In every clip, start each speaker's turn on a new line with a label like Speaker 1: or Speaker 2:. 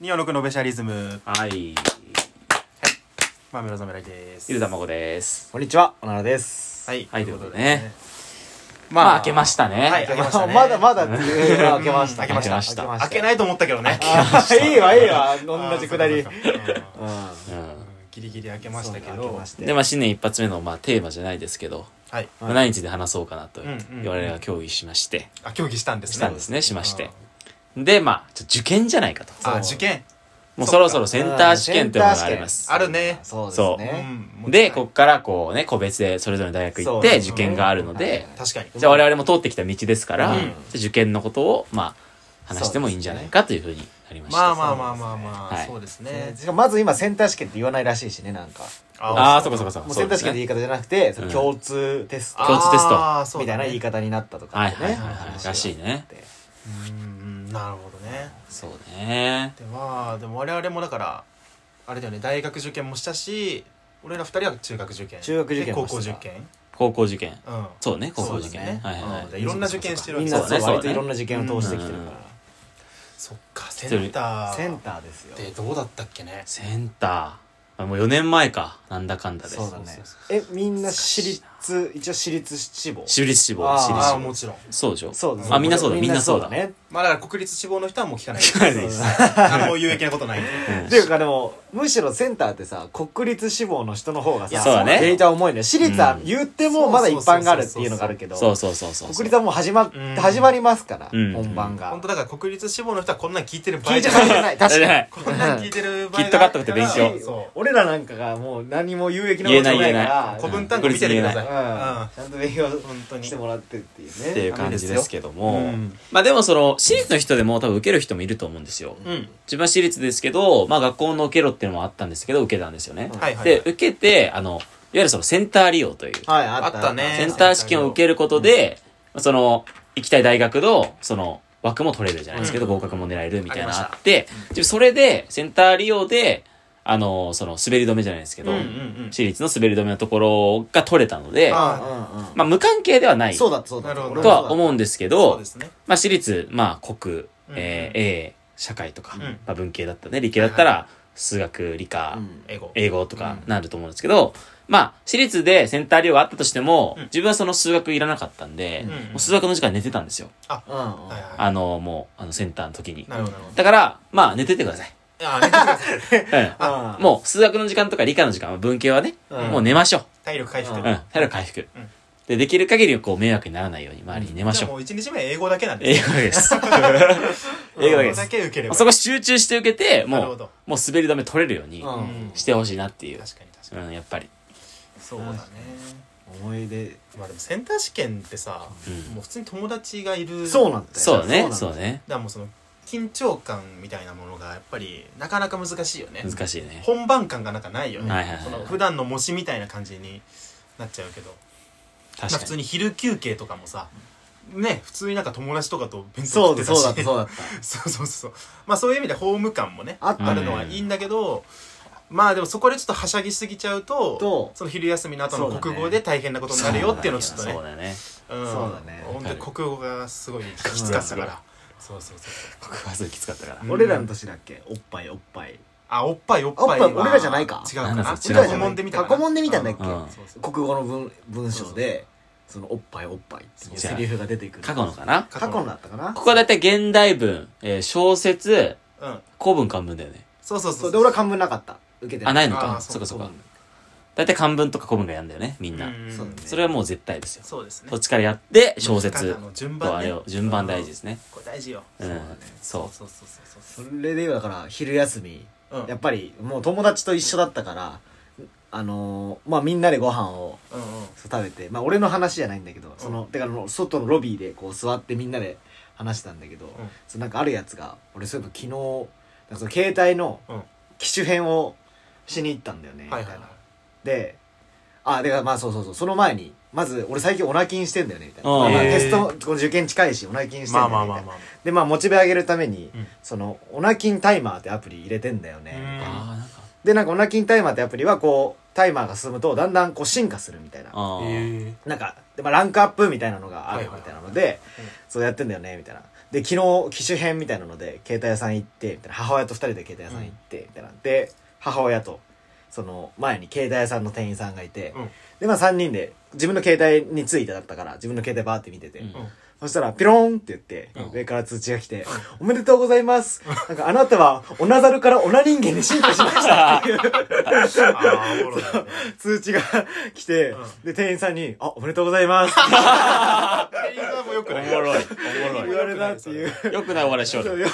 Speaker 1: 246のベシャリズム
Speaker 2: はい。
Speaker 1: まあ村侍です
Speaker 2: ゆるたまごです。
Speaker 3: こんにちは、おならです。
Speaker 1: はい
Speaker 2: はいということでね
Speaker 1: ま
Speaker 2: まあ、
Speaker 1: あ
Speaker 2: 開けましたね。
Speaker 1: はい
Speaker 3: ま
Speaker 1: 明けました
Speaker 3: あ
Speaker 1: ね
Speaker 3: まだまだっていうのは開けました。
Speaker 1: うん開けま
Speaker 2: した
Speaker 3: 開けました。
Speaker 1: 開けないと思ったけどね
Speaker 3: あーいいわ、いい わ、
Speaker 1: あー
Speaker 3: 同じくだり。
Speaker 1: そううかそうか
Speaker 3: ん
Speaker 2: うん
Speaker 1: うんギリギリ開けましたけ
Speaker 3: そう開け
Speaker 1: ど
Speaker 3: まして
Speaker 2: で、まあ、新年一発目の、まあ、テーマじゃないですけど、
Speaker 1: はい
Speaker 2: まあ何日で話そうかなと、
Speaker 1: うんうんうん
Speaker 2: 我々が協議しまして、
Speaker 1: あ協議したんですね
Speaker 2: したんですね、しまし
Speaker 1: あ。
Speaker 2: てで、まあ、ちょっと受験じゃないかと。
Speaker 1: あ受験
Speaker 2: もうそろそろセンター試験っていうものがあります。
Speaker 1: あるね
Speaker 3: そうですね。
Speaker 1: うん
Speaker 2: で、こっからこうね、個別でそれぞれの大学行っ
Speaker 3: そう
Speaker 2: て
Speaker 3: です
Speaker 2: 受
Speaker 3: ね
Speaker 2: 験があるの
Speaker 3: はい
Speaker 2: で、
Speaker 1: 確かに
Speaker 2: じゃあ我々も通ってきた道ですから、
Speaker 1: うん
Speaker 2: じゃあ受験のことを、まあ、話してもいいんじゃないかというふうになりました。
Speaker 1: まあまあまあまあまあ
Speaker 2: はい
Speaker 1: そうです
Speaker 3: ね
Speaker 1: ね
Speaker 3: しかもまず今センター試験って言わないらしいしね、なんか。
Speaker 2: ああー、そこそこそこ。
Speaker 3: もうセンター試験って言い方じゃなくて、その共通テス
Speaker 2: あ共通テスト
Speaker 3: トみたいな言い方にな方になったとか
Speaker 2: はい
Speaker 3: って
Speaker 2: は
Speaker 3: ね。
Speaker 2: いはいはい。らしいね
Speaker 3: っ。て
Speaker 1: うんうんなるほどね
Speaker 2: そうね。
Speaker 1: でまあでも我々もだからあれだよね大学受験もしたし俺ら二人は中学受験
Speaker 3: 中学受験
Speaker 1: で
Speaker 3: も
Speaker 1: 高
Speaker 3: した
Speaker 1: 校受験
Speaker 2: 高校受験。
Speaker 1: うん
Speaker 2: そうね、高校
Speaker 1: そう
Speaker 2: 受
Speaker 1: です
Speaker 2: 験。
Speaker 1: ね
Speaker 2: はいはい
Speaker 1: うん
Speaker 2: は
Speaker 1: で
Speaker 2: い。
Speaker 1: いろんな受験してるわ
Speaker 3: み
Speaker 1: け
Speaker 3: ん
Speaker 1: だか
Speaker 3: なそ
Speaker 1: ら
Speaker 3: う、
Speaker 2: そうね
Speaker 3: 割といろんな受験を通してきてるか
Speaker 1: そっかセンタ
Speaker 3: ら。
Speaker 1: ー
Speaker 3: センターですよ
Speaker 1: っ。てどうだったっけね
Speaker 2: センター。あもう4年前か。なんだかんだで。
Speaker 3: そうだね。え、みんな私立、一応私立志望
Speaker 2: 私立志望、
Speaker 3: あー
Speaker 2: 私立
Speaker 1: あ
Speaker 2: 志
Speaker 1: あ
Speaker 2: 望。
Speaker 1: もちろん
Speaker 2: そうでしょ
Speaker 3: そうです
Speaker 2: あ、みんなそうだ、みんなそうだ。
Speaker 3: ね。
Speaker 1: まあだから国立志望の人はもう聞かない
Speaker 2: かないです
Speaker 1: 何も有益なことないんで
Speaker 3: っていうかでも、むしろセンターってさ、国立志望の人の方が
Speaker 1: いや
Speaker 3: さ、
Speaker 1: そうだね
Speaker 3: データ重いんだよ。私立は言ってもまだ一般があるっていうのがあるけど、
Speaker 2: そうそうそうそう。
Speaker 3: 国立はもう始まっ、
Speaker 1: うん
Speaker 3: 始まりますから、
Speaker 2: うん
Speaker 3: 本番が
Speaker 1: 本。当だから国立志望の人はこんなん聞いてる場
Speaker 3: 聞
Speaker 1: 合
Speaker 3: い
Speaker 1: じ
Speaker 3: て
Speaker 1: ゃ
Speaker 3: な
Speaker 1: ないい
Speaker 3: じゃない。確か
Speaker 1: こ
Speaker 3: に。
Speaker 1: んなん聞いてる場合
Speaker 2: きっとカットくて勉強
Speaker 1: ないそ
Speaker 3: 俺らなんかがもう何も有益なことない
Speaker 2: 言え
Speaker 3: か
Speaker 2: ない
Speaker 3: ら
Speaker 1: う、
Speaker 3: う
Speaker 1: 古
Speaker 3: ん
Speaker 1: 文単語見ててくださいうん
Speaker 3: ちゃんと勉強
Speaker 1: 本当に
Speaker 3: してもらってってい
Speaker 2: っ
Speaker 3: う
Speaker 2: てい
Speaker 3: ね
Speaker 2: う。感じですけども、
Speaker 1: うん
Speaker 2: まあでもその私立の人でも多分受ける人もいると思うんですよ、
Speaker 1: うん
Speaker 2: 自分は私立ですけど、まあ、学校の受けろっていうのもあったんですけど受けたんですよね、
Speaker 1: はいはいはい
Speaker 2: で受けてあのいわゆるそのセンター利用という
Speaker 3: はい、あ
Speaker 1: あったね
Speaker 2: センター試験を受けることで、その行きたい大学のその枠も取れるじゃないですけど、
Speaker 1: うん
Speaker 2: 合格も狙えるみたいなの
Speaker 1: ありまし
Speaker 2: あ
Speaker 1: た
Speaker 2: って、でそれでセンター利用であのその滑り止めじゃないですけど、
Speaker 1: うんうんうん
Speaker 2: 私立の滑り止めのところが取れたので
Speaker 1: あ
Speaker 3: うんうんうん。
Speaker 2: まあ、無関係ではない
Speaker 3: そう
Speaker 2: と
Speaker 3: だそうだ。
Speaker 1: なるほど
Speaker 3: 俺もそうだ
Speaker 2: は思うんですけ
Speaker 1: そう
Speaker 2: ど
Speaker 1: ですね
Speaker 2: まあ、私立、まあ、国、えー
Speaker 1: うん
Speaker 2: A、社会とか、
Speaker 1: うん
Speaker 2: まあ、文系だったね、理系だったら、数学、理科、
Speaker 3: うん
Speaker 1: 英語
Speaker 2: 英語とか
Speaker 1: うん
Speaker 2: なると思うんですけど、まあ、私立でセンター利用があったとしても、
Speaker 1: うん
Speaker 2: 自分はその数学いらなかったんで、
Speaker 1: うん
Speaker 2: もう数学の時間寝てたんですよ。
Speaker 3: うんうん。
Speaker 1: はいはい
Speaker 2: あの、もう、あの、センターの時に。
Speaker 1: なるほどなるほ
Speaker 2: だから、まあ、寝ててくだ さい。
Speaker 1: どあ寝てください
Speaker 2: うん
Speaker 3: あ
Speaker 2: もう、数学の時間とか理科の時間、文系はね、
Speaker 3: うん
Speaker 2: もう寝ましょ
Speaker 1: 体力回復
Speaker 3: う
Speaker 2: う。
Speaker 3: ん
Speaker 2: うん。体力回復
Speaker 1: うん。
Speaker 2: で、できる限り、こう、迷惑にならないように、周りに寝まし
Speaker 1: じゃあ
Speaker 2: ょ
Speaker 1: も
Speaker 2: う。
Speaker 1: う1日目は英語だけなんですね
Speaker 2: 英語だけ です。英語だけです。
Speaker 1: 受ければ
Speaker 2: そこ集中して受けて、も
Speaker 1: なるほ
Speaker 2: う
Speaker 1: ど、
Speaker 2: もう滑り止め取れるように
Speaker 3: うん
Speaker 1: うん
Speaker 2: してほしいなっていう。
Speaker 1: 確かに確か
Speaker 2: うん、やっぱり。
Speaker 1: にそうだね
Speaker 3: 思い出。
Speaker 1: まあでもセンター試験ってさ
Speaker 2: うん
Speaker 1: もう普通に友達がいる
Speaker 3: そう
Speaker 1: だか
Speaker 3: なんだよ。
Speaker 2: そうだね、
Speaker 3: そ
Speaker 2: そううね。
Speaker 1: らもうその緊張感みたいなものがやっぱりなかなか難しいよね
Speaker 2: 難しいね。
Speaker 1: 本番感がなんかないよ
Speaker 2: はい
Speaker 1: ね
Speaker 2: はいはい
Speaker 1: その普段の模試みたいな感じになっちゃうけどまあ
Speaker 2: 確
Speaker 1: 普
Speaker 2: か
Speaker 1: 通
Speaker 2: に。
Speaker 1: に昼休憩とかもさね普通になんか友達とかと弁
Speaker 3: そ
Speaker 1: 当
Speaker 3: う
Speaker 1: 食っ
Speaker 3: だ
Speaker 1: てたし
Speaker 3: そうだそうだっ た。
Speaker 1: そうそうそうまあそういう意味でホーム感もね
Speaker 3: あ
Speaker 1: あ
Speaker 3: ったね
Speaker 1: るのはいいんだけど、まあでもそこでちょっとはしゃぎすぎちゃうと
Speaker 3: と
Speaker 1: その昼休みの後
Speaker 3: そう
Speaker 1: の
Speaker 3: だね
Speaker 1: 国語で大変なことになるよっていうのをちょっとね
Speaker 2: そうだよね。
Speaker 1: ん
Speaker 3: そうだね
Speaker 1: 本当に国語がすごいきつかったから、そうそうそう
Speaker 2: 僕はすごいきつかったから
Speaker 1: う。ん
Speaker 3: 俺らの年だっけおっぱいおっぱい
Speaker 1: あおっぱいおっぱい
Speaker 3: おっぱい俺らじゃないか
Speaker 1: 違うか
Speaker 2: なん
Speaker 1: な
Speaker 2: だそれ
Speaker 1: 俺ら過
Speaker 2: 違うかな
Speaker 1: 問で見たか
Speaker 3: 過去問で見たんだっけ
Speaker 1: う
Speaker 2: うん
Speaker 1: そうそう
Speaker 3: 国語の文文章でそのおっぱいおっぱいっていうセリフが出てくる
Speaker 2: 過去のかな
Speaker 1: 過
Speaker 3: 過
Speaker 1: 去
Speaker 3: 去
Speaker 1: の
Speaker 3: のだったかな
Speaker 2: ここはだいたい現代文、えー小説、
Speaker 1: うん
Speaker 2: 古文漢文だよね。
Speaker 1: そうそうそ
Speaker 3: そううで俺は漢文なかった受けて
Speaker 2: あ、ないいの
Speaker 1: あー
Speaker 2: か。
Speaker 1: そう
Speaker 2: そっかそっ
Speaker 3: そ
Speaker 2: か
Speaker 3: う。
Speaker 2: だいたい漢文とか古文がやるんだよね、みんな。
Speaker 1: うん
Speaker 3: そうだね
Speaker 2: それはもう絶対ですよ。
Speaker 1: そうですね
Speaker 2: そっちからやって、小説
Speaker 1: あの順番ね
Speaker 2: とあれを、順番大事ですね。
Speaker 1: これ大事よ
Speaker 2: う
Speaker 3: そうだ
Speaker 2: ん
Speaker 3: ね。
Speaker 2: そ
Speaker 1: そうそうそうそ
Speaker 3: それでだから昼休み
Speaker 1: ううん
Speaker 3: やっぱりもう友達と一緒だったからあのーまあみんなでご飯を
Speaker 1: うんうん
Speaker 3: そう食べてまあ俺の話じゃないんだけどそのてかあの外のロビーでこう座ってみんなで話したんだけどそうなんかあるやつが俺そういえば昨日なんかその携帯の
Speaker 1: うん
Speaker 3: 機種変をしに行ったんだよねみ
Speaker 1: は
Speaker 3: た
Speaker 1: い
Speaker 3: い
Speaker 1: はい
Speaker 3: な
Speaker 1: はい
Speaker 3: で、あ、で、まあそうそうそう、その前に、まず、俺最近オナキンしてんだよね、みたいな。
Speaker 2: あー。
Speaker 3: まあまあ
Speaker 1: へー
Speaker 3: テスト、この受験近いし、オナキンしてんだ
Speaker 1: ま
Speaker 3: よ
Speaker 1: あ
Speaker 3: ね。
Speaker 1: まあまあ
Speaker 3: みたいな
Speaker 1: まあ
Speaker 3: で、まあ、モチベ上げるために、
Speaker 1: うん
Speaker 3: その、オナキンタイマーってアプリ入れてんだよね、み
Speaker 1: うん
Speaker 3: たいうな。
Speaker 2: ああ、なんか。
Speaker 3: で、なんかオナキンタイマーってアプリは、こう、タイマーが進むと、だんだんこう進化するみたいな。
Speaker 2: ああ。
Speaker 1: え
Speaker 3: なんか、でまあ、ランクアップみたいなのがある
Speaker 1: はいはい
Speaker 3: みたいなので
Speaker 1: うん、
Speaker 3: そうやってんだよね、みたいな。で昨日機種編みたいなので携帯屋さん行ってみたいな母親と2人で携帯屋さん行ってみたいな、で母親とその前に携帯屋さんの店員さんがいて、
Speaker 1: うん
Speaker 3: でまあ3人で自分の携帯についてだったから自分の携帯バーって見てて、
Speaker 2: うん
Speaker 3: そしたらピローンって言って、
Speaker 2: うん
Speaker 3: 上から通知が来て、おめでとうございますなんかあなたはオナザルからオナ人間に進化しましたっていう
Speaker 1: ああおもろいね
Speaker 3: 通知が来て、
Speaker 1: うん
Speaker 3: で店員さんに「あおめでとうございます」って
Speaker 1: 店員さんもよく
Speaker 2: お
Speaker 1: ない
Speaker 2: もろい。おも
Speaker 3: 言
Speaker 2: ろ
Speaker 3: われたっていう
Speaker 2: い。よくないお笑いしよる。
Speaker 1: ない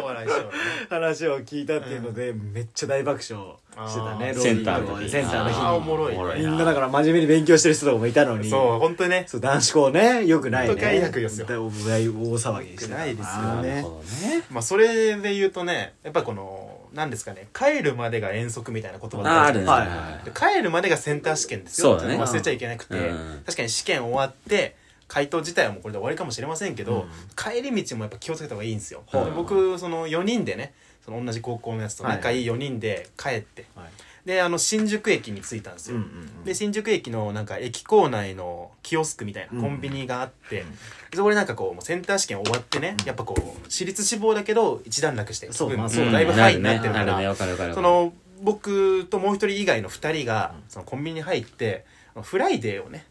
Speaker 1: お笑いしようね
Speaker 3: 話を聞いたっていうので、めっちゃ大爆笑してた
Speaker 1: あー
Speaker 3: ねロビ
Speaker 2: センターの
Speaker 3: で
Speaker 2: 時。
Speaker 3: センターの日
Speaker 1: あーおもろいね
Speaker 2: おもろ
Speaker 3: み
Speaker 2: なん
Speaker 3: なだから真面目に勉強してる人とかもいたのに
Speaker 1: そう本当にね
Speaker 3: そう男子校ねよくないね
Speaker 1: 本当快楽ですよ
Speaker 3: 大大騒ぎしてた
Speaker 1: よくないです
Speaker 2: な
Speaker 1: よ
Speaker 2: る
Speaker 3: ね
Speaker 2: ほどね。
Speaker 1: まあそれで言うとねやっぱこの何ですかね帰るまでが遠足みたいな言葉
Speaker 2: あ
Speaker 1: が
Speaker 2: ー、あ
Speaker 1: る
Speaker 2: るね。
Speaker 3: はい
Speaker 2: はいはい
Speaker 1: で帰るまでがセンター試験ですよ
Speaker 2: そうだね
Speaker 1: って忘れちゃいけなくて、
Speaker 2: うん
Speaker 1: 確かに試験終わって回答自体はもうこれで終わりかもしれませんけど、
Speaker 3: うん
Speaker 1: 帰り道もやっぱ気をつけた方がいいんですよ、
Speaker 2: はい
Speaker 1: 僕その4人でねその同じ高校のやつと仲いい4人で帰って、
Speaker 3: はい
Speaker 1: であの新宿駅に着いたんです
Speaker 3: うん
Speaker 1: よ、
Speaker 3: うんうん
Speaker 1: で新宿駅のなんか駅構内のキオスクみたいなコンビニがあって、そこでなんかこうもうセンター試験終わってね、やっぱこう私立志望だけど一段落して
Speaker 3: そうまあ
Speaker 1: 気
Speaker 3: そ
Speaker 1: 分
Speaker 3: う
Speaker 1: だいぶハイになってる
Speaker 2: な
Speaker 1: か
Speaker 2: る
Speaker 1: ら
Speaker 2: ね、わかるわかる。
Speaker 1: そ、の僕ともう一人以外の二人がそのコンビニに入ってフライデーをね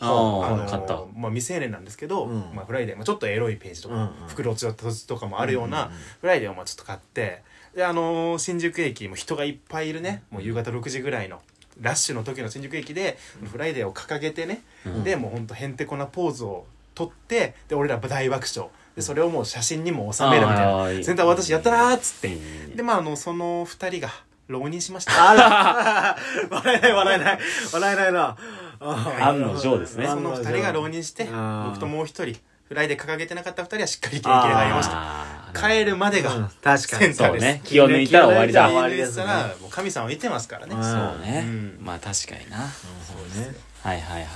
Speaker 2: あ
Speaker 1: の
Speaker 2: あ、買った。
Speaker 1: まあ、未成年なんですけど、
Speaker 3: うん
Speaker 1: まあ、フライデー、まあ、ちょっとエロいページとか、
Speaker 3: うんうん
Speaker 1: 袋落ちとかもあるような
Speaker 3: うんうんうん
Speaker 1: フライデーをまあちょっと買ってで、あのー新宿駅も人がいっぱいいるねもう夕方6時ぐらいのラッシュの時の新宿駅でフライデーを掲げてね、
Speaker 2: うん
Speaker 1: でもうほんとへんてこなポーズを撮ってで俺ら大爆笑でそれをもう写真にも収めるみた
Speaker 2: あ
Speaker 1: い
Speaker 2: ーい
Speaker 1: ない全体私やったなーっつって
Speaker 2: いいね
Speaker 1: でまああのその二人が浪人しました
Speaker 3: あら 笑えない笑えない笑えないなあ
Speaker 2: 案の定ですね
Speaker 1: その二人が浪人して
Speaker 3: あー
Speaker 1: 僕ともう一人フライデー掲げてなかった二人はしっかり経験
Speaker 3: あー
Speaker 1: がありました
Speaker 2: あー
Speaker 1: 帰るまで
Speaker 3: うん
Speaker 1: が
Speaker 3: 確かに
Speaker 1: センタ
Speaker 2: そ
Speaker 1: ー
Speaker 2: う
Speaker 1: です、
Speaker 2: ね。気を抜いたら終わりだ。
Speaker 3: 気
Speaker 2: そ
Speaker 1: 終
Speaker 3: を抜
Speaker 1: わ
Speaker 3: い
Speaker 1: りですからもう神様見てますからね、
Speaker 3: うん
Speaker 1: そういや
Speaker 2: うね
Speaker 1: うん。
Speaker 2: まあ確かにな。
Speaker 3: そうね
Speaker 2: はいはいはいはいはい。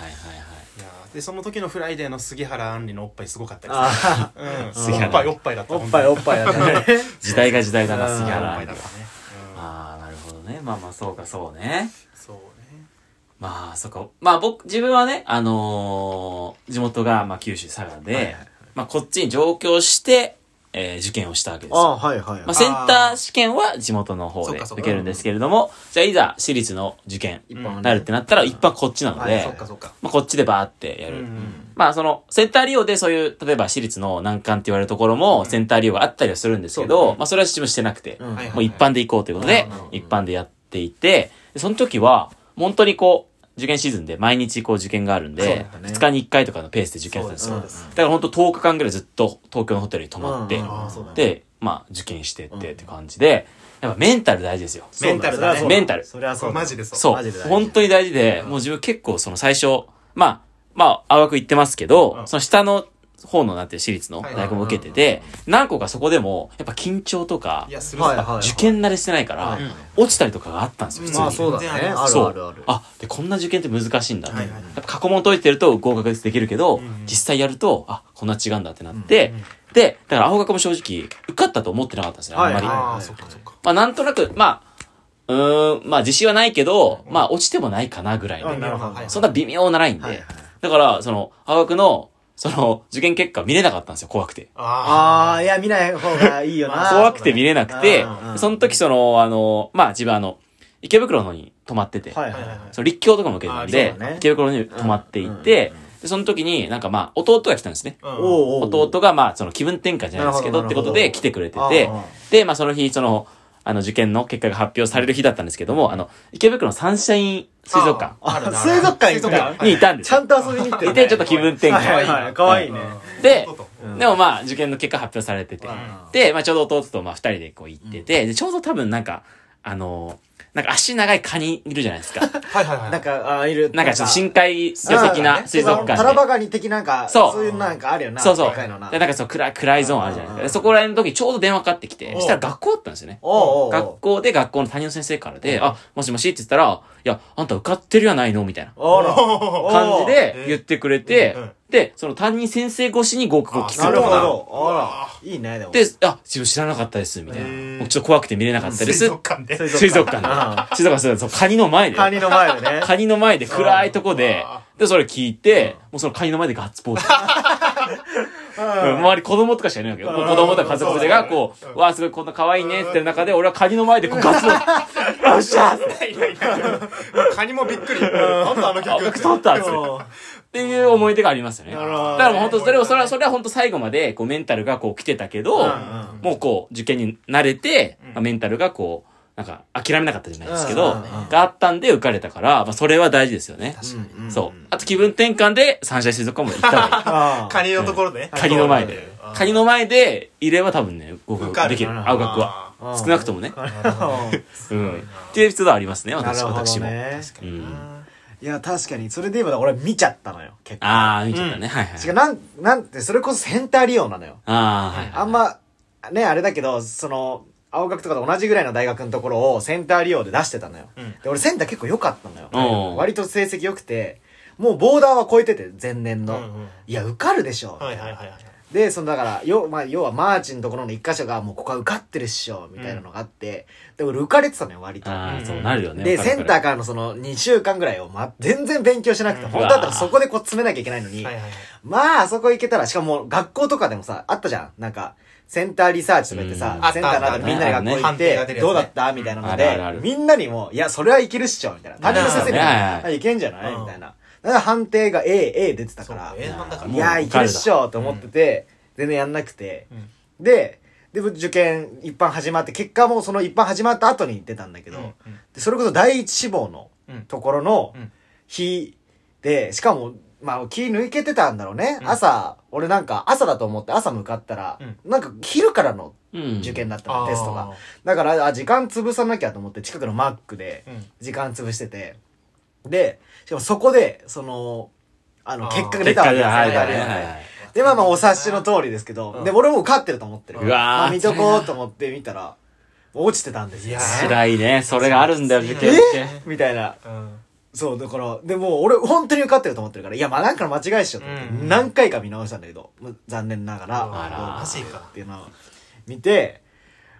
Speaker 1: ーでその時のフライデーの杉原杏里のおっぱいすごかったです
Speaker 3: あ
Speaker 1: うん、
Speaker 2: 杉
Speaker 1: お
Speaker 2: 原
Speaker 1: っぱいおっぱいだった
Speaker 3: ーおっぱいおっぱいだったね
Speaker 2: 時代が時代だな、
Speaker 3: うん
Speaker 2: 杉
Speaker 1: 本当にお
Speaker 2: 原
Speaker 1: っぱ
Speaker 2: 愛
Speaker 1: いだ
Speaker 2: は
Speaker 1: った。ね、うん
Speaker 2: ああ、なるほどね。まあまあ、そうか、そうね。
Speaker 1: そうね
Speaker 2: まあ、そこ。まあ僕、自分はね、あのー地元が、まあ九州佐賀で、
Speaker 3: はいはいはい
Speaker 2: まあこっちに上京して、えー受験をしたわけですよ。
Speaker 3: あーはいはい
Speaker 2: まあ、センター試験は地元の方
Speaker 1: そう
Speaker 2: で
Speaker 1: かそう
Speaker 2: 受
Speaker 1: か
Speaker 2: けるんですけれども、じゃあいざ私立の受験
Speaker 3: 一般はね
Speaker 2: なるってなったら一般こっちなの
Speaker 3: はい
Speaker 2: で
Speaker 1: そっ、かそっか
Speaker 2: まあ、こっちでバーってや
Speaker 1: う
Speaker 2: る。
Speaker 1: ん
Speaker 2: まあそのセンター利用でそういう、例えば私立の難関って言われるところもセンター利用があったりはするんですけ
Speaker 3: そう
Speaker 2: ど、
Speaker 3: だね
Speaker 2: まあそれは自分してなくて、
Speaker 3: うん
Speaker 1: はいはい
Speaker 2: もう一般で行こうということで
Speaker 3: うんうんうん、
Speaker 2: 一般でやっていて、でその時は、本当にこう、受験シーズンで毎日こう受験があるん
Speaker 3: そうだ
Speaker 2: で
Speaker 3: っ、たね
Speaker 2: 2日に1回とかのペースで受験するんです
Speaker 1: そ
Speaker 2: よ。
Speaker 1: う
Speaker 2: だ
Speaker 1: です
Speaker 2: から本当10日間ぐらいずっと東京のホテルに泊まって
Speaker 3: うん、
Speaker 1: ああそうだね
Speaker 2: で、まあ受験してって
Speaker 3: うん
Speaker 2: って感じで、やっぱメンタル大事ですよ。
Speaker 1: メンタルだね
Speaker 2: メンタル
Speaker 3: それは
Speaker 1: そ
Speaker 3: そううだ
Speaker 1: マジでそう
Speaker 2: そ
Speaker 3: マジで
Speaker 2: う。
Speaker 3: 大事
Speaker 2: 本当に大事で、もう自分結構その最初、まあ、まあ、青学行ってますけ
Speaker 1: う
Speaker 2: ど、
Speaker 1: ん
Speaker 2: その下の方のなんていう私立の
Speaker 1: はい
Speaker 2: 大学も受けてて、何個かそこでも、やっぱ緊張とか
Speaker 1: い、やする
Speaker 3: はい
Speaker 1: さ、、
Speaker 3: はい
Speaker 2: 受験慣れしてないから
Speaker 3: はい
Speaker 2: 落ちたりとかがあったんですよ、普通
Speaker 1: ま
Speaker 3: ま
Speaker 1: あ
Speaker 3: あ
Speaker 2: に。
Speaker 1: そ
Speaker 3: そうう
Speaker 1: だ
Speaker 3: だ
Speaker 1: ね
Speaker 3: ね
Speaker 1: あ
Speaker 3: あ
Speaker 2: そ
Speaker 3: る
Speaker 2: う
Speaker 3: あるある
Speaker 2: あでこんな受験って難しいんだって、
Speaker 1: はいはいはい
Speaker 2: やっぱ過去問解いてると合格できるけど、
Speaker 1: うん
Speaker 2: 実際やるとあこんな違うんだってなって、
Speaker 1: うんうん
Speaker 2: でだから青学も正直受かったと思ってなかったんですよあんまり、
Speaker 3: はいはい
Speaker 1: ああそっかそっか
Speaker 2: まあなんとなくまあうーんまあ自信はないけど、まあ落ちてもないかなぐらい
Speaker 3: あ
Speaker 2: の
Speaker 3: なるほど
Speaker 1: はい
Speaker 2: そんな微妙なラインで、
Speaker 3: はいはい
Speaker 2: だからその青学のその受験結果見れなかったんですよ怖くて
Speaker 3: ああ
Speaker 1: ー
Speaker 3: いや見ない方がいいよな
Speaker 2: 怖くて見れなくて
Speaker 3: うんうんうん
Speaker 2: その時そのあのまあ自分あの池袋の方に泊まってて、
Speaker 3: はいはいはい
Speaker 2: その立教とかも受けてたんで
Speaker 3: あ、そうだね
Speaker 2: 池袋に泊まってい
Speaker 3: うんうんうん
Speaker 2: て、で、その時になんかまあ、弟が来たんですね。
Speaker 1: うん
Speaker 3: おうおう
Speaker 2: 弟がまあ、その気分転換じゃないですけど、っ
Speaker 3: なるほど
Speaker 2: てこと
Speaker 3: なる
Speaker 2: で
Speaker 3: ほど
Speaker 2: 来てくれて
Speaker 3: ああ
Speaker 2: て
Speaker 3: ああ、
Speaker 2: で、まあその日、その、あの受験の結果が発表される日だったんですけども、あの、池袋のサンシャイン水族館
Speaker 1: ああるな
Speaker 3: あ水族館行った
Speaker 1: 水族
Speaker 2: にいたんです
Speaker 3: ちゃ
Speaker 2: よ
Speaker 3: ん。と遊びに行って
Speaker 2: いて、ちょっと気分転
Speaker 3: はいは
Speaker 2: 換。
Speaker 3: いはい可愛いね
Speaker 1: うん
Speaker 2: で
Speaker 1: 弟と
Speaker 3: うん
Speaker 2: でもまあ、受験の結果発表されてて
Speaker 3: うん。
Speaker 2: で、まあちょうど弟とまあ二人でこう行ってて、で、ちょうど多分なんか、あのー、なんか足長いカニいるじゃない ですか。
Speaker 1: はいはいはい
Speaker 3: なんかああいる
Speaker 2: なんかちょっと深海魚的な水族館で。
Speaker 3: タラバガニ的なんか
Speaker 2: そう
Speaker 3: そういうなんかあるよな
Speaker 2: そうそう。
Speaker 3: でかいのな
Speaker 2: で、なんかそう、暗い、暗いゾーンあるじゃないですか。でそこら辺の時、ちょうど電話かかってきて
Speaker 1: お、う
Speaker 2: したら学校だったんですよね。
Speaker 3: おうおうおう
Speaker 2: 学校で学校の担任の先生からで、あ、もしもしって言ったら、いや、あんた受かってるやないのみたいな
Speaker 3: あら
Speaker 1: お
Speaker 3: おう
Speaker 2: 感じで
Speaker 1: え
Speaker 2: 言ってくれて
Speaker 1: うんうん、
Speaker 2: で、その担任先生越しに合格を聞
Speaker 1: あ
Speaker 3: な
Speaker 2: くと
Speaker 3: るほ
Speaker 2: か。
Speaker 1: う
Speaker 3: ど
Speaker 1: わ
Speaker 3: あらいいねでも
Speaker 2: で、あ、自分知らなかったです、みたいな。
Speaker 1: へー
Speaker 2: もうちょっと怖くて見れなかったで
Speaker 1: 水
Speaker 2: す。
Speaker 1: 族館で
Speaker 3: 水
Speaker 2: 水族館
Speaker 3: うん
Speaker 2: で。水族館そうそう、カニの前で。
Speaker 3: カニの前で ね
Speaker 2: カニの前で暗いとこで
Speaker 1: あ、
Speaker 2: で、それ聞いて、もうそのカニの前でガッツポーズ。うん周り子供とかしかいないわけよ。
Speaker 1: うん
Speaker 2: 子供とか家族連れが、こ
Speaker 1: そうだね
Speaker 2: う、わあ、すごい、こんな可愛いねってる中で、俺はカニの前でこうガツン、 よっしゃーって
Speaker 1: いやいやカニもびっくり。なんだあの曲
Speaker 2: あ曲通ったっつってっていう思い出がありますよね。
Speaker 3: な
Speaker 2: だ
Speaker 3: るほどね
Speaker 2: からもう本当それを、それは、それは本当最後まで、こう、メンタルがこう来てたけど、
Speaker 1: うん
Speaker 2: もうこう、受験に慣れて、
Speaker 1: うん
Speaker 2: まあメンタルがこう、なんか、諦めなかったじゃないですけ
Speaker 3: う
Speaker 2: ど
Speaker 3: んうんうん、
Speaker 2: があったんで受かれたから、まあ、それは大事ですよね。
Speaker 3: 確かに
Speaker 1: ん
Speaker 2: そう。あと気分転換で、三者水族館まで行った方がいい。
Speaker 3: あ
Speaker 1: カニのところでね
Speaker 2: カニの前で。カニの前で、いれば多分ね、合
Speaker 1: 受
Speaker 2: 格
Speaker 1: かる
Speaker 2: できる。
Speaker 3: な
Speaker 2: 合格は。
Speaker 1: は。
Speaker 2: 少なくともね。
Speaker 3: も
Speaker 2: うん。っていうエピソードはあります ね、
Speaker 3: な
Speaker 2: 私
Speaker 3: るほ
Speaker 2: 私
Speaker 3: ど
Speaker 2: も。
Speaker 3: ね
Speaker 1: 確かにな。
Speaker 3: いや確かにそれで言えば俺見ちゃったのよ結構
Speaker 2: あー、見ちゃったね。
Speaker 1: うん
Speaker 2: はいはい。
Speaker 3: しかもなんなんてそれこそセンター利用なのよ
Speaker 2: あー、はいはい。
Speaker 3: あんまねあれだけどその青学とかと同じぐらいの大学のところをセンター利用で出してたのよ、
Speaker 1: うん
Speaker 3: で俺センター結構良かったの
Speaker 2: お
Speaker 3: よ
Speaker 2: う
Speaker 3: 割と成績良くてもうボーダーは超えてて前年の、
Speaker 1: うんうん
Speaker 3: いや受かるでしょ、
Speaker 1: はいはいはいはい。
Speaker 3: でそのだから要,、まあ、要はマーチのところの一箇所がもうここは受かってるっしょみたいなのがあって、で俺浮かれてたのよ割と
Speaker 2: あ
Speaker 1: う
Speaker 2: ー、
Speaker 1: ん
Speaker 2: そうなるよね。わ
Speaker 3: で
Speaker 2: かるわか
Speaker 3: セ
Speaker 2: る
Speaker 3: ンターからのその2週間ぐらいを、ま、全然勉強しなくて、
Speaker 1: うん
Speaker 3: 本当だったらそこでこう詰めなきゃいけないのに、
Speaker 1: はいはいはい。
Speaker 3: まあ、あそこ行けたら、しかも学校とかでもさ、あったじゃん。なんか、センターリサーチとか言ってさ
Speaker 2: う、ん
Speaker 1: あった
Speaker 3: センターなんかみんなで学校行っ
Speaker 1: あったあったあったね判定が出るや
Speaker 3: て、
Speaker 1: つね
Speaker 3: どうだったみたいなの
Speaker 2: あるあるあ
Speaker 3: で
Speaker 2: る、
Speaker 3: みんなにも、いや、それはいけるっしょ、みたいな。担任の先生にも、
Speaker 2: あるある
Speaker 3: あいけんじゃない
Speaker 1: うん
Speaker 3: みたいな。だから判定が A、A 出てた
Speaker 1: そ
Speaker 3: か
Speaker 1: う
Speaker 3: ら、
Speaker 1: A なんだから。
Speaker 3: い
Speaker 2: も
Speaker 3: や
Speaker 2: う
Speaker 3: ー、いけるっしょ、と思ってて、全然やんなくて。
Speaker 1: うん
Speaker 3: で、で、受験一般始まって、結果もその一般始まった後に出たんだけ
Speaker 1: う
Speaker 3: ど、
Speaker 1: ん
Speaker 3: でそれこそ第一志望の
Speaker 1: うん
Speaker 3: ところの
Speaker 1: うん
Speaker 3: 日で、しかも、まあ、気抜けてたんだろうね。
Speaker 1: うん
Speaker 3: 朝、俺なんか朝だと思って朝向かったら、
Speaker 1: う
Speaker 3: なんか昼からの
Speaker 2: うん
Speaker 3: 受験だったの、
Speaker 1: あー
Speaker 3: テストが。。だから、あ、時間潰さなきゃと思って近くのマックで
Speaker 1: うん
Speaker 3: 時間潰してて。で、しかもそこで、その、あの、
Speaker 1: あー
Speaker 3: 結果が出
Speaker 2: 結
Speaker 3: たわ
Speaker 2: 果
Speaker 3: け
Speaker 2: で、
Speaker 3: です
Speaker 2: はいは
Speaker 3: ね
Speaker 2: い
Speaker 3: 大
Speaker 2: は
Speaker 3: 体
Speaker 2: いはい。
Speaker 3: で、まあまあお察しの通りですけど、
Speaker 1: うん
Speaker 3: で、俺も勝ってると思ってる。
Speaker 1: う
Speaker 2: わー
Speaker 3: まあ見とこうと思って見たら、落ちてたんですよ。
Speaker 1: いやー
Speaker 2: 辛いね。それがあるんだよ、受験って。
Speaker 3: みたいな。
Speaker 1: うん。
Speaker 3: そう、だから、でも俺本当に受かってると思ってるから、いや、まあなんかの間違いっしょと思って、
Speaker 1: うん
Speaker 3: 何回か見直したんだけど、まあ残念ながら、
Speaker 1: あ
Speaker 2: ら
Speaker 3: どうな
Speaker 1: マ
Speaker 3: って
Speaker 1: ジ
Speaker 3: る
Speaker 1: か
Speaker 3: っていうのを見て、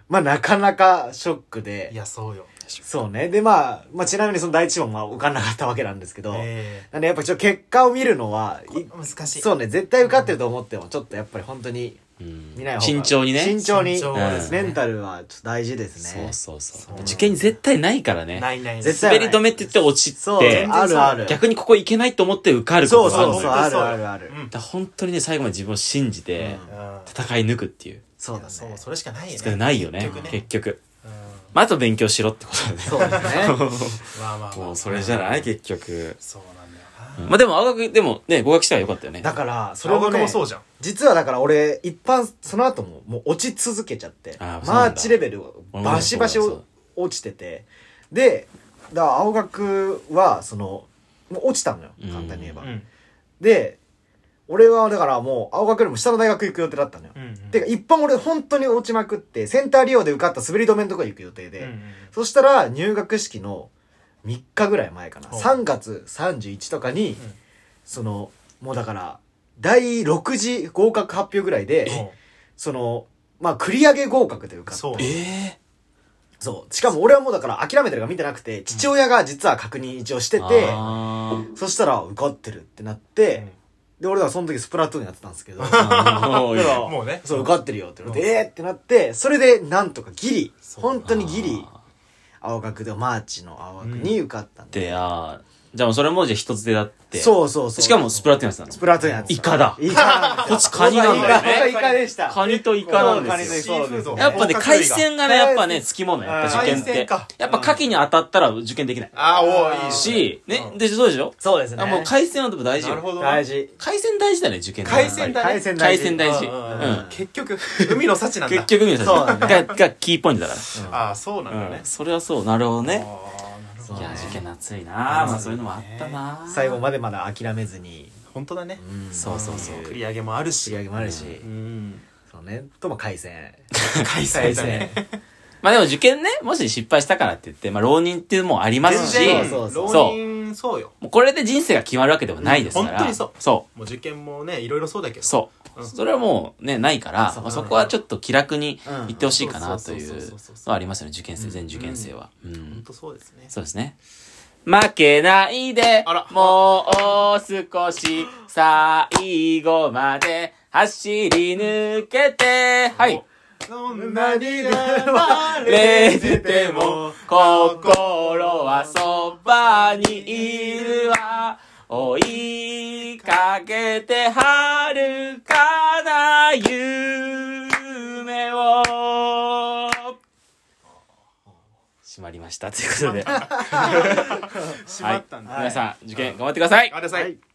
Speaker 3: まあなかなかショック
Speaker 1: い
Speaker 3: で、
Speaker 1: や、そうよ。
Speaker 3: そうね。で、まあ、まあちなみにその第一問は受かんなかったわけなんですけど、
Speaker 1: え
Speaker 3: なんでやっぱちょっと結果を見るのは、い
Speaker 1: え。難しい。
Speaker 3: そうね、絶対受かってると思っても、ちょっとやっぱり本当に
Speaker 2: うん
Speaker 3: 見ない方が。
Speaker 2: 慎重にね。
Speaker 3: 慎重に。
Speaker 1: 慎重
Speaker 2: です
Speaker 3: メ
Speaker 1: ね
Speaker 3: ンタルはちょっと大事です
Speaker 2: そ
Speaker 3: ね
Speaker 2: う。そうそうう。
Speaker 1: ん
Speaker 2: 受験に絶対ないからね。
Speaker 1: ないないない。
Speaker 3: 絶対
Speaker 2: 滑り止めって言って落ち
Speaker 3: そう、
Speaker 2: て、
Speaker 3: あるある。
Speaker 2: 逆にここ行けないと思って受かるこ
Speaker 3: そう
Speaker 2: とがある
Speaker 3: そ
Speaker 2: の
Speaker 3: う
Speaker 2: よ。
Speaker 3: そ
Speaker 2: だ
Speaker 3: う、
Speaker 2: か
Speaker 3: あるあるある。
Speaker 1: うん
Speaker 2: ら本当にね、最後まで自分を信じて、
Speaker 3: うん
Speaker 1: うん
Speaker 2: 戦い抜くっていう。
Speaker 3: そうだね。
Speaker 1: そう、それしかないよね。
Speaker 2: しかないよね
Speaker 1: 結局。ね
Speaker 2: 結局。
Speaker 1: うん
Speaker 2: まあ、あと勉強しろってことだね。
Speaker 3: そうですね。
Speaker 1: まあまあまあ。
Speaker 2: もうそれじゃない結局。
Speaker 1: そうなんだよ
Speaker 2: うん
Speaker 1: な。
Speaker 2: まあでも、青学、でもね、合格したらよかったよね。
Speaker 3: だから、そ
Speaker 1: そ
Speaker 3: れ
Speaker 1: れ
Speaker 3: を、
Speaker 1: 僕
Speaker 3: ね
Speaker 1: も、そうじゃん。
Speaker 3: 実はだから俺、一般、その後も、もう落ち続けちゃって、
Speaker 2: あ
Speaker 3: マ
Speaker 2: ーそうなんだ
Speaker 3: ーチレベル、バシバシ
Speaker 2: 俺もそうだ
Speaker 3: 落ちてて、で、だから青学は、その、もう落ちたのよ、
Speaker 2: うん
Speaker 3: 簡単に言えば。
Speaker 1: うん。
Speaker 3: で、俺はだからもう、青学よりも下の大学行く予定だったのよ。
Speaker 1: うん。
Speaker 3: てか、一般俺本当に落ちまくって、センター利用で受かった滑り止めのとこ行く予定
Speaker 1: う
Speaker 3: で、
Speaker 1: ん、うん
Speaker 3: そしたら入学式の3日ぐらい前かな
Speaker 1: うん
Speaker 3: 3月31とかに、そのもうだから第6次合格発表ぐらいで
Speaker 1: うん
Speaker 3: そのまあ繰り上げ合格というか
Speaker 1: そう。
Speaker 2: え
Speaker 3: そうしかも俺はもうだから諦めてるから見てなくて父親が実は確認一応して
Speaker 2: え
Speaker 3: て、
Speaker 2: あ ー
Speaker 3: そしたら受かってるってなっ
Speaker 1: う
Speaker 3: て
Speaker 1: ん、
Speaker 3: で俺らその時スプラトゥーンやってたんで すけど
Speaker 2: もう
Speaker 3: だから
Speaker 1: もうね
Speaker 3: そう受かってるよって言われて、えーってなってそれでなんとかギリ
Speaker 1: そう
Speaker 3: 本当にギリ青学でマーチの青学に受かったんで、
Speaker 2: で、ああ、じゃあもうそれもじゃあ一つでだって。
Speaker 3: そうそうそう。
Speaker 2: しかもスプラトゥーンやつなの
Speaker 3: スプラトゥーンやつ。
Speaker 2: イカだ
Speaker 3: イカ。
Speaker 2: こっちカニなんだよね
Speaker 3: 僕はイカ僕はイカでした。
Speaker 2: カニとイカなん
Speaker 3: カ
Speaker 2: で
Speaker 3: ニと
Speaker 2: す
Speaker 3: イ
Speaker 2: よ。
Speaker 3: カそうですね
Speaker 2: やっぱね、海鮮がね、やっぱね、つきものやっぱ受験っ
Speaker 1: 海鮮
Speaker 2: て
Speaker 1: か。
Speaker 2: やっぱ牡蠣に当たったら受験できない。
Speaker 1: ああ、おういいし。
Speaker 2: し、ね、で、そうでしょ
Speaker 3: そうですね。
Speaker 2: あもう海鮮はでも大事
Speaker 1: なる
Speaker 2: よ。
Speaker 1: ほど。
Speaker 3: 大。事。
Speaker 2: 海鮮大事だね、受験って
Speaker 1: 海鮮
Speaker 2: やっ
Speaker 1: だね。
Speaker 3: 海鮮
Speaker 2: ぱり海
Speaker 3: 大事
Speaker 2: 鮮大事。
Speaker 1: う
Speaker 2: うん
Speaker 1: うん
Speaker 2: ん。
Speaker 1: 結局、海の幸なんだ。
Speaker 2: 結局見る
Speaker 3: そうだ
Speaker 2: さ、
Speaker 3: ね
Speaker 2: が、がキーポイントだか
Speaker 1: ああ、そうなん
Speaker 2: ら。
Speaker 1: だ
Speaker 2: う
Speaker 1: ね
Speaker 2: ん。。それはそう、なるほど
Speaker 1: ああ、
Speaker 2: ね。
Speaker 1: なるほど
Speaker 2: い
Speaker 1: ね
Speaker 2: や、受験熱いなまあそういうのもあったな
Speaker 3: 最後までまだ諦めずに。
Speaker 1: 本当だね。
Speaker 2: そうそうそう。
Speaker 1: 繰り上げもあるし。
Speaker 3: 仕上げもあるし。
Speaker 1: うん。
Speaker 3: そうね。とも海鮮。
Speaker 1: 海鮮
Speaker 3: 海
Speaker 1: だ
Speaker 3: 鮮
Speaker 1: ね。。
Speaker 2: まあでも受験ね、もし失敗したからって言って、まあ浪人っていうのもありますし、
Speaker 1: 全然
Speaker 3: そうそう
Speaker 2: そう
Speaker 1: 浪人そうよ。
Speaker 2: もうこれで人生が決まるわけではないですから。
Speaker 1: うん本当にそう
Speaker 2: そ
Speaker 1: もう受験もね、いろいろそうだけ
Speaker 2: う。
Speaker 1: ど。
Speaker 2: そ
Speaker 1: う
Speaker 2: う。
Speaker 1: ん
Speaker 2: それはもうね、ないから、
Speaker 3: そう
Speaker 2: まあ、そこはちょっと気楽に
Speaker 3: うん
Speaker 2: 行ってほしいかなとい
Speaker 1: そうそうそう
Speaker 2: う
Speaker 1: そうそう
Speaker 2: のはありますよね、受験生、全受験生は。うん。
Speaker 1: 本当そうですね。
Speaker 2: そうですね。負けないで
Speaker 1: あら、
Speaker 2: もう少し、最後まで、走り抜けて、はい。
Speaker 1: ど
Speaker 3: ん
Speaker 1: ん
Speaker 3: な
Speaker 1: な
Speaker 3: に
Speaker 1: に
Speaker 3: 頑張
Speaker 2: れてても、心はそばにいるわ。追いかけて遥かな夢を。閉まりました。ということで、
Speaker 1: しまったんだ。
Speaker 2: 皆さん、受験頑張ってください。
Speaker 1: 頑張ってください。